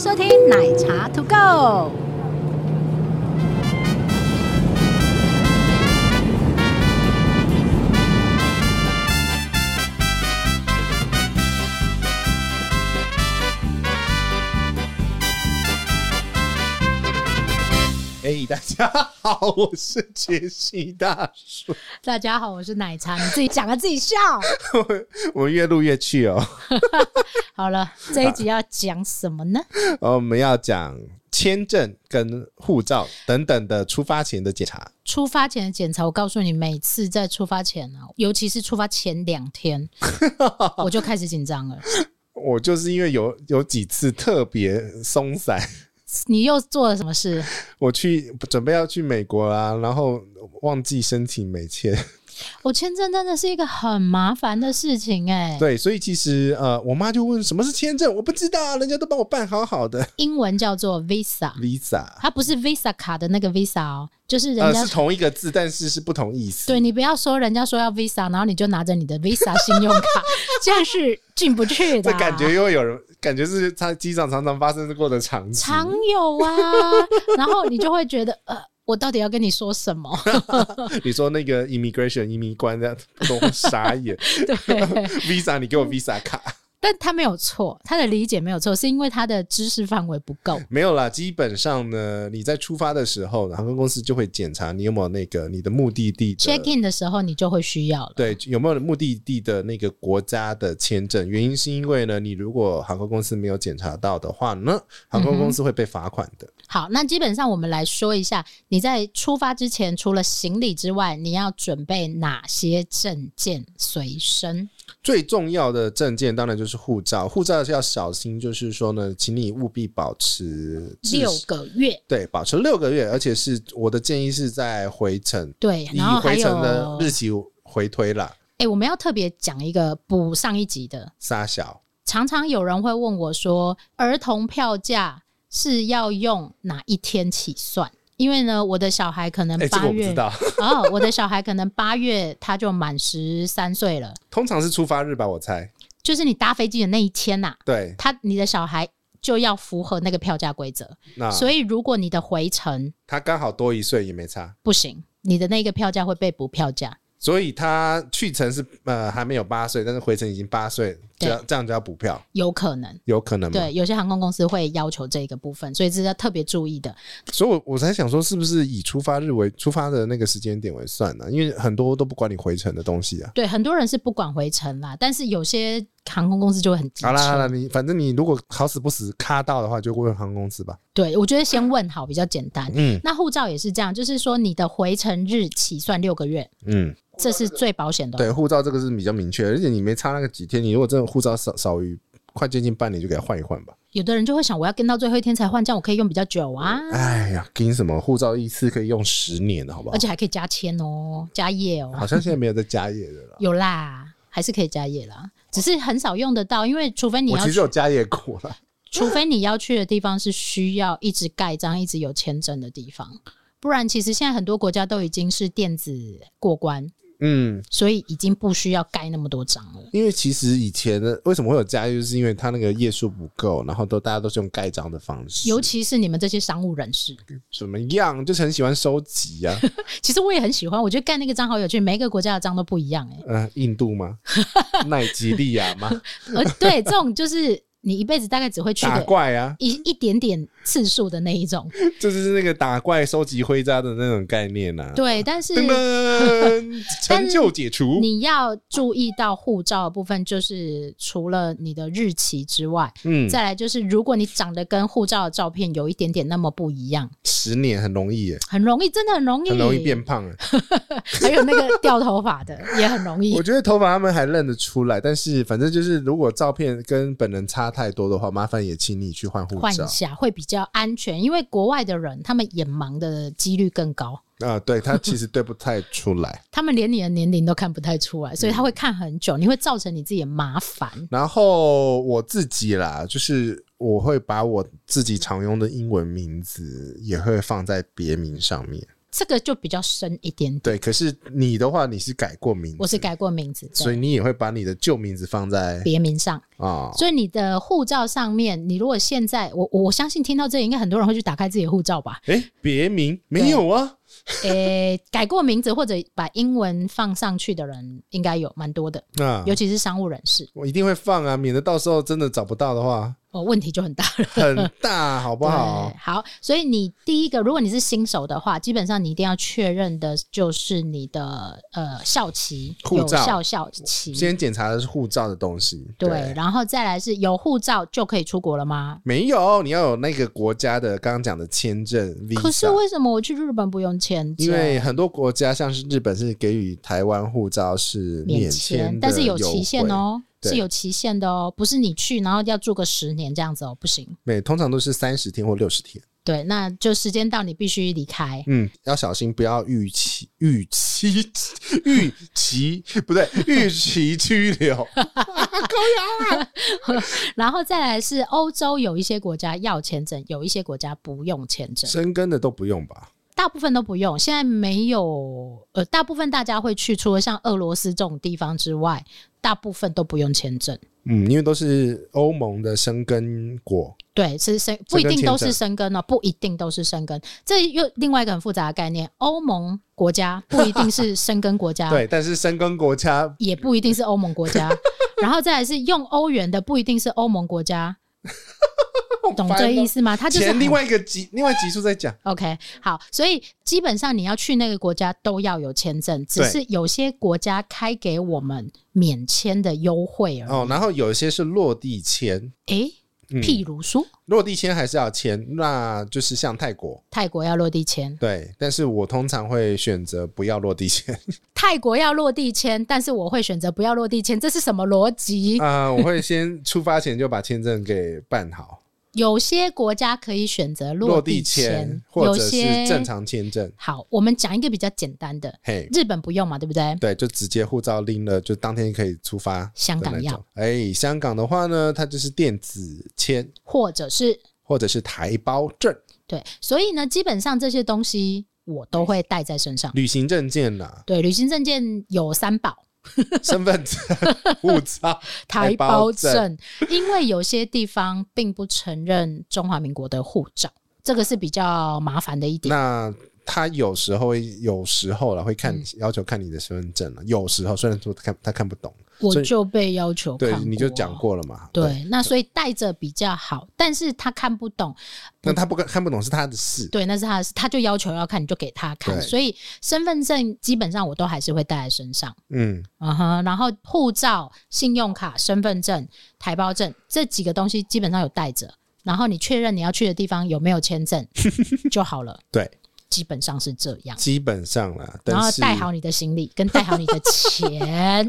收听奶茶 To Go。哎、大家好，我是杰西大 叔。大家好，我是奶茶，你自己讲啊，自己笑。我们越录越去哦。好了，这一集要讲什么呢？哦我们要讲签证跟护照等等的出发前的检查。出发前的检查，我告诉你，每次在出发前啊，尤其是出发前两天，我就开始紧张了。我就是因为有有几次特别松散， 你又做了什么事？我去准备要去美国啊，然后忘记申请美 签。我签证真的是一个很麻烦的事情哎、对，所以其实呃，我妈就问什么是签证，我不知道啊，人家都帮我办好好的英文叫做 Visa， Visa。它不是 Visa 卡的那个 Visa 哦，就是人呃，家是同一个字，但是是不同意思。对你不要说人家说要 Visa，然后你就拿着你的 Visa 信用卡，这样是进不去的这啊、感觉又有人，感觉是他机场常常发生过的场景。常有啊，然后你就会觉得呃，我到底要跟你说什么？ 你说那个 immigration 移民官这样，我傻 眼。对， Visa，你给我 Visa 卡但他没有错，他的理解没有错，是因为他的知识范围不够。没有啦？基本上呢，你在出发的时候，航空公司就会检查你有没有那个你的目的地的 check in 的时候你就会需要了，对，有没有目的地的那个国家的签证？原因是因为呢，你如果航空公司没有检查到的话呢，航空公司会被罚款的。好，那基本上我们来说一下，你在出发之前，除了行李之外，你要准备哪些证件随身？最重要的证件当然就是护照，护照是要小心，就是说呢，请你务必保持至六个月，对，保持六个月，而且是我的建议是在回程，对，以然后还回有程的日期回推啦，哎、我们要特别讲一个补上一集的。沙小。常常有人会问我说，儿童票价是要用哪一天起算？因为呢，我的小孩可能哎、这个八我不月、知道， 哦，我的小孩可能八月他就满十三岁了，通常是出发日吧，我猜。就是你搭飞机的那一天呐、对，他你的小孩就要符合那个票价规则。那所以如果你的回程他刚好多一岁也没差，不行，你的那个票价会被补票价。所以他去程是呃还没有八岁，但是回程已经八岁，这对样这样就要补票，有可能，有可能吗？对，有些航空公司会要求这个部分，所以这是要特别注意的。所以我我才想说，是不是以出发日为出发的那个时间点为算啊呢、因为很多都不管你回程的东西啊。对，很多人是不管回程啦，但是有些航空公司就会很急好啦好啦，促。你反正你如果好死不死卡到的话，就问航空公司吧。对，我觉得先问好比较简单。嗯那护照也是这样，就是说你的回程日起算六个月，嗯，这是最保险的哦。对，护照这个是比较明确，而且你没差那个几天，你如果真的护照少少于快接近半年，就给它换一换吧。有的人就会想，我要跟到最后一天才换，这样我可以用比较久啊，哎呀，凭什么护照一次可以用十年的，好不好而？且还可以加签哦，加页哦。。好像现在没有在加页的了有啦，还是可以加页啦，只是很少用得到，因为除非你我要其，实有加页过了，除非你要去的地方是需要一直盖章、一直有签证的地方，不然其实现在很多国家都已经是电子过关，嗯，所以已经不需要盖那么多章了。因为其实以前的为什么会有加页，就是因为它那个页数不够，然后都大家都是用盖章的方式，尤其是你们这些商务人士，怎么样，就是很喜欢收集 呀、啊。其实我也很喜欢，我觉得盖那个章好有趣，每一个国家的章都不一样 哎、嗯、印 度吗？奈及利亚吗？而对这种就是你一辈子大概只会去打的怪啊，一一点点次数的那一 种，就是那个打怪收集徽章的那种概念啊。对，但是噔噔，但是成就解除。你要注意到护照的部分，就是除了你的日期之外，嗯，再来就是如果你长得跟护照的照片有一点点那么不一样，十年很容易耶，很容易，真的很容易，很容易变。胖啊耶。 还有那个掉头发的也很容易我，觉得头发他们还认得出来，但是反正就是，如果照片跟本人差太多的话，麻烦也请你去换护换照一下会比较安全，因为国外的人他们眼盲的几率更高。啊、对他其实对不太出来。他们连你的年龄都看不太出来，所以嗯他会看很久，你会造成你自己的麻烦。然后我自己啦，就是我会把我自己常用的英文名字也会放在别名上面。这个就比较深一点点。对，可是你的话，你是改过名字，我是，改过名字，嗯所以以你也会把你的旧名字放在别名上。啊、所以你的护照上面，你如果现在我我相信听到这里，应该很多人会去打开自己的护照吧？哎，别名没有啊，诶、 改过名字或者把英文放上去的人，应该有蛮多的，啊，尤其是商务人士，我一定会放啊，免得到时候真的找不到的话哦，问题就很大了。很大，好不 好对？好，所以你第一个，如果你是新手的话，基本上你一定要确认的就是你的呃校旗护有照效校旗，先检查的是护照的东西，对，然后再来是有护照就可以出国了吗？没有，你要有那个国家的刚刚讲的签证 visa。可是为什么我去日本不用签证？因为很多国家像是日本是给予台湾护照是免签的但是有优期限惠。哦，对是有期限的哦，不是你去然后要住个十年这样子哦，不行。对，通常都是三十天或六十天。对，那就时间到，你必须离开。嗯，要小心，不要逾期、逾期、 逾期，不对，逾期拘 留。然后再来是欧洲有一些国家要签证，有一些国家不用签证，生根的都不用吧？大部分都不用。现在没有，呃，大部分大家会去，除了像俄罗斯这种地方之外，大部分都不用签证。嗯，因为都是欧盟的生根国。对，是生不生一根定都签是证生根哦，不一定都是生根。这又另外一个很复杂的概念，欧盟国家不一定是生根国家， 对，但是生根国家也不一定是欧盟国 家。然后再来是用欧元的，不一定是欧盟国 家，懂这意思吗？它就是哦前很另外一个集，另外集数在讲。 OK，好，所以基本上你要去那个国家都要有签证，只对是有些国家开给我们免签的优惠而已。哦，然后有一些是落地签，诶、嗯譬如说落地签还是要签，那就是像泰国。泰国要落地签，对，但是我通常会选择不要落地签泰国要落地签，但是我会选择不要落地签，这是什么逻辑？ 啊、我会先出发前就把签证给办好，有些国家可以选择落地地签或有者是些正。常签证。好，我们讲一个比较简单的，嘿，日本不用嘛，对不对？对，就直接护照拎了，就当天可以出发。香港要，哎，香港的话呢，它就是电子签或者是或者是台胞证、对，所以呢，基本上这些东西我都会带在身上。、旅行证件啦 对，旅行证件有三宝：身份证、护照。台台胞胞证，因为有些地方并不承认中华民国的护照，这个是比较麻烦的一点。那他有时候会有时候了会看、嗯要求看你的身份证了，有时候虽然说他看他看不懂，我所以就被要求看对过，你就讲。过了嘛。对，那所以带着比较好，但是他看不懂，那他不看看不懂是他的事。对，那是他的事，他就要求要看，你就给他看。对所以身份证基本上我都还是会带在身上。嗯，嗯哼，然后护照、信用卡、身份证、台胞证这几个东西基本上有带着，然后你确认你要去的地方有没有签 证就好了，对，基本上是这样。基本上啦。然后但是哦带好你的行李，跟带好你的 钱。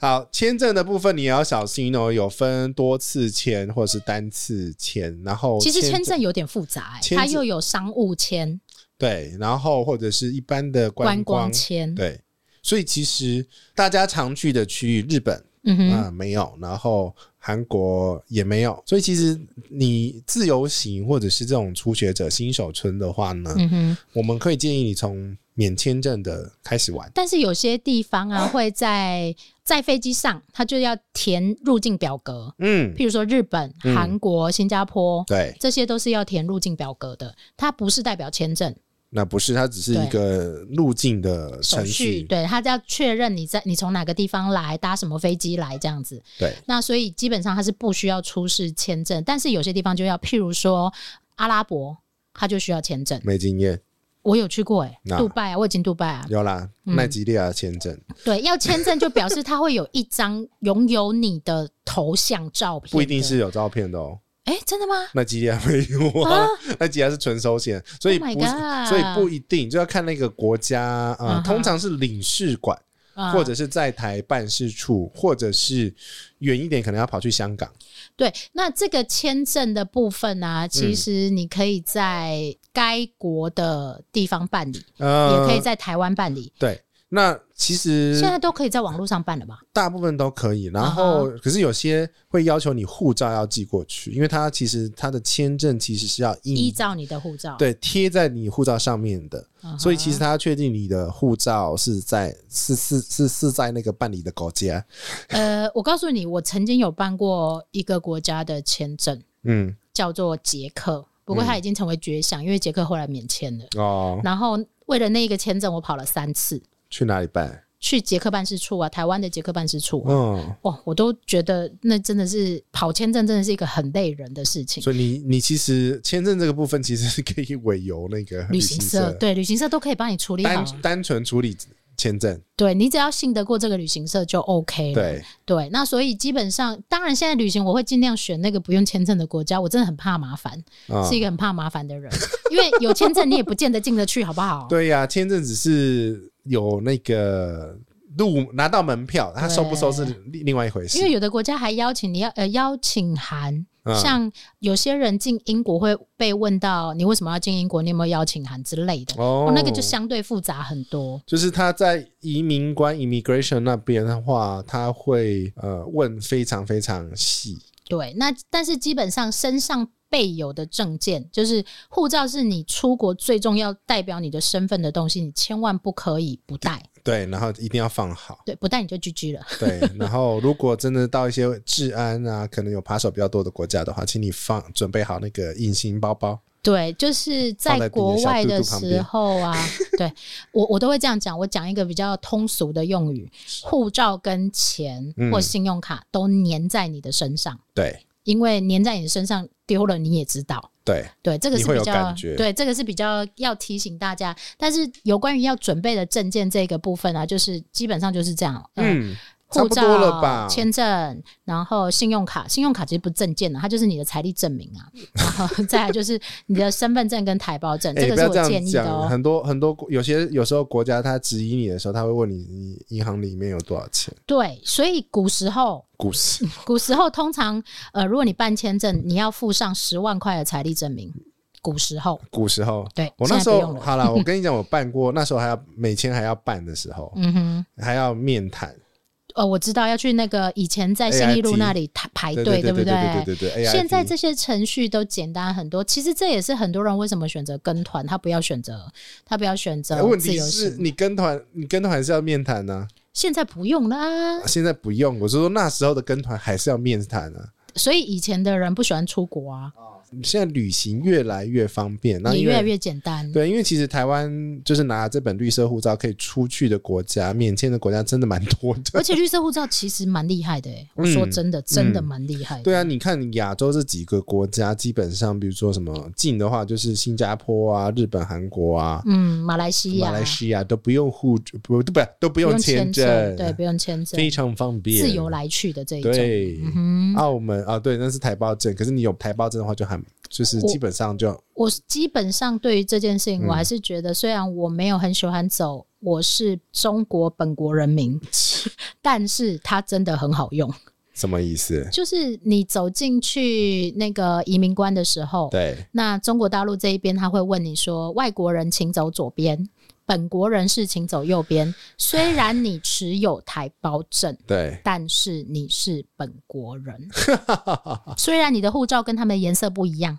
好签证的部分你也要小心哦，有分多次签或者是单次签，然后其实签证证有点复杂、欸，签它证又有商务签、对，然后或者是一般的观光光签。对。所以其实大家常去的区域，日本嗯啊、哼，没有，然后韩国也没有，所以其实你自由行或者是这种初学者新手村的话呢，嗯哼。我们可以建议你从免签证的开始玩。但是有些地方啊，会在在飞机上，它就要填入境表格，嗯，譬如说日本、嗯韩国、新加坡。对，这些都是要填入境表格的，它不是代表签证那不是，它只是一个入境的手程续，序。对，它要确认你在你从哪个地方来，搭什么飞机来这样子。对，那所以基本上它是不需要出示签证，但是有些地方就要，譬如说阿拉伯，它就需要签证。没经验，我有去过、欸，那杜拜啊，我已经杜拜啊，有啦，嗯奈及利亚签证对，要签证就表示它会有一张拥有你的头像照片，不一定是，有照片的哦，哎、真的吗？奈及利亚没有啊，奈及利亚是纯收钱，所以 Oh 不 my 是， god 所以不一定就要看那个国家啊，嗯呃哼通常是领事馆。啊或者是在台办事处，或者是远一点，可能要跑去香港。对，那这个签证的部分呢、嗯其实你可以在该国的地方办理，呃，也可以在台湾办理。对。那其实现在都可以在网络上办了吧？大部分都可以，然嗯后可是有些会要求你护照要寄过去，因为它其实它的签证其实是要依印照你的护照，嗯对贴在你护照上面的，嗯哼，所以其实他要确定你的护照是在是是是是在那个办理的国家，呃，我告诉你，我曾经有办过一个国家的签证，嗯叫做捷克，不过它已经成为绝响，因为捷克后来免签了。哦，然后为了那一个签证，我跑了三次，去哪里办？去捷克办事处啊，台湾的捷克办事处、啊。嗯，哇，我都觉得那真的是跑签证，真的是一个很累人的事情。所以你你其实签证这个部分其实是可以委由那个旅行行社对旅行社都可以帮你处理好，单单纯处理签证，对你只要信得过这个旅行社就 OK 了。对，对，那所以基本上，当然现在旅行我会尽量选那个不用签证的国家，我真的很怕麻烦，啊是一个很怕麻烦的人，因为有签证你也不见得进得去，好不好？对呀、签证只是有那个入拿到门票，他收不收是另另外一回事因。为有的国家还邀请你要呃邀请函，嗯像有些人进英国会被问到你为什么要进英国，你有没有邀请函之类的，哦哦，那个就相对复杂很多。就是他在移民官 （immigration） 那边的话，他会呃问非常非常细。对，那但是基本上身上备有的证件，就是护照是你出国最重要代表你的身份的东西，你千万不可以不带。。对，然后一定要放好对，不带你就 GG 了。 对，然后如果真的到一些治安啊，可能有扒手比较多的国家的话，请你放准备好那个隐形包包。对，就是在放在你的国小外肚的肚旁时边候啊，对我我都会这样讲。我讲一个比较通俗的用语，护照跟钱嗯或信用卡都粘在你的身上，对因为粘在你身上丢了你也知道。对，对，这个你是会比有较感觉对，这个是比较要提醒大家。但是有关于要准备的证件这个部分啊，就是基本上就是这样。嗯，嗯，差护不照、多了吧？签证，然后信用卡，信用卡其实不是证件啊，它就是你的财力证明啊。然后再来就是你的身份证跟台胞证，哎、这个不是要这我样建议的讲，啊哦。很多很多国有些有时候国家他质疑你的时候，他会问你你银行里面有多少钱。对，所以古时候，故事古时候通常呃，如果你办签证，你要附上十万块的财力证明。古时候，古时候，对，我现那在时不用候了。好了，我跟你讲，我办过，那时候还要每天还要办的时候，嗯哼，还要面谈，呃，我知道要去那个以前在信义路 AIT 那里排排对队，对不对对对对对。现在 AIT 这些程序都简单很多，其实这也是很多人为什么选择跟团，他不要选择，他不要选择哎问自题由是行。你跟团，你跟团还是要面谈呢、现在不用啦，现在不用，我是说那时候的跟团还是要面谈啊。所以以前的人不喜欢出国啊，现在旅行越来越方便，哦那也因越来为。越简单。对，因为其实台湾就是拿这本绿色护照可以出去的国家，免签的国家真的蛮多的。 而且绿色护照其实蛮厉害的、欸，我说真的，真的蛮厉害的。嗯对啊，你看亚洲这几个国家，基本上比如说什么近的话，就是新加坡啊、日本、韩国啊、嗯，马来西亚，马来西亚都不用护不不都不不用签签证，对，不用签证非，常方便，自由来去的这一种。对。嗯哼，澳门啊，对，那是台胞证。可是你有台胞证的话，就很就是我基本上就我基本上对于这件事情，嗯我还是觉得，虽然我没有很喜欢走，我是中国本国人民， 但是它真的很好用。什么意思？就是你走进去那个移民关的时候，对，那中国大陆这一边他会问你说，外国人请走左边，本国人士请走右边。虽然你持有台胞证，对，但是你是本国 人，虽然你的护照跟他们颜色不一样。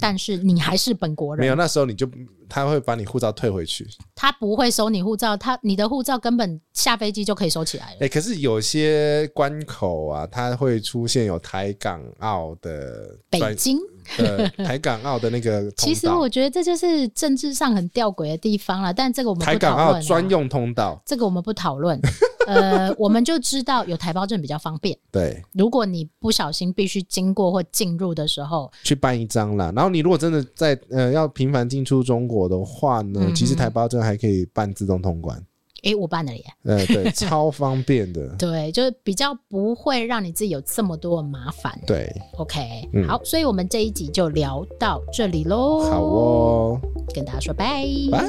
但是你还是本国没有人，那时候你就他会把你护照退回去。他不会收你护照，他你的护照根本下飞机就可以收起来哎、了。可是有些关口啊，它会出现有台港澳的北专京， 呃，台港澳的那个通道其实我觉得这就是政治上很吊诡的地方了，但这个我们台不讨港论、澳啊。专用通道，这个我们不讨 论。呃，我们就知道有台胞证比较方便。对，如果你不小心必须经过或进入的时候，去办一张啦。然后你如果真的在呃要频繁进出中国的话呢，嗯哼其实台胞证还可以办自动通关，诶、我办了耶。呃， 对，超方便的，对，就是比较不会让你自己有这么多的麻烦。对， OK，、嗯好，所以我们这一集就聊到这里喽。好，哦，跟大家说拜拜。